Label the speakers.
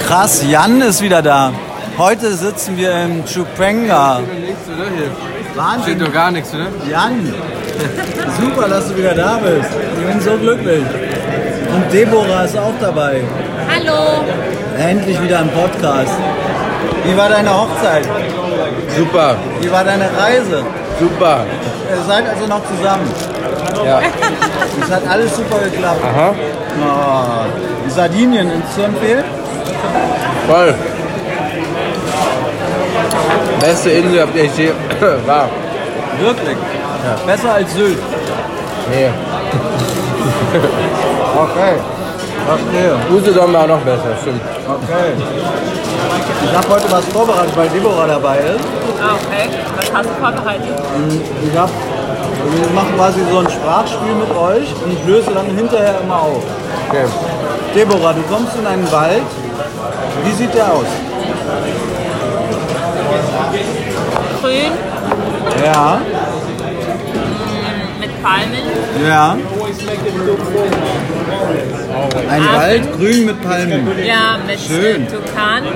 Speaker 1: Krass, Jan ist wieder da. Heute sitzen wir in Chupenga.
Speaker 2: Nichts, oder? Hier steht
Speaker 1: Wahnsinn,
Speaker 2: doch gar nichts, oder?
Speaker 1: Jan. Super, dass du wieder da bist. Ich bin so glücklich. Und Deborah ist auch dabei.
Speaker 3: Hallo.
Speaker 1: Endlich wieder ein Podcast. Wie war deine Hochzeit?
Speaker 2: Super,
Speaker 1: Wie war deine Reise?
Speaker 2: super.
Speaker 1: Ihr seid also noch zusammen.
Speaker 2: Ja.
Speaker 1: Es hat alles super geklappt.
Speaker 2: Aha.
Speaker 1: Oh, in Sardinien ist zu empfehlen?
Speaker 2: Voll. Beste Insel, auf der ich je war.
Speaker 1: Wirklich. Besser als Sylt.
Speaker 2: Nee.
Speaker 1: Okay. Verstehe.
Speaker 2: Usedom war noch besser, stimmt.
Speaker 1: Okay. Ich habe heute was vorbereitet, weil Deborah dabei ist.
Speaker 3: Ah, okay. Was hast du vorbereitet?
Speaker 1: Ich hab, wir machen quasi so ein Sprachspiel mit euch und ich löse dann hinterher immer auf.
Speaker 2: Okay.
Speaker 1: Deborah, du kommst in einen Wald. Wie sieht der aus?
Speaker 3: Grün
Speaker 1: Ja.
Speaker 3: mit Palmen.
Speaker 1: Ja. Ein Wald grün mit Palmen.
Speaker 3: Ja, mit
Speaker 1: Schön.
Speaker 3: Schön. Tukan.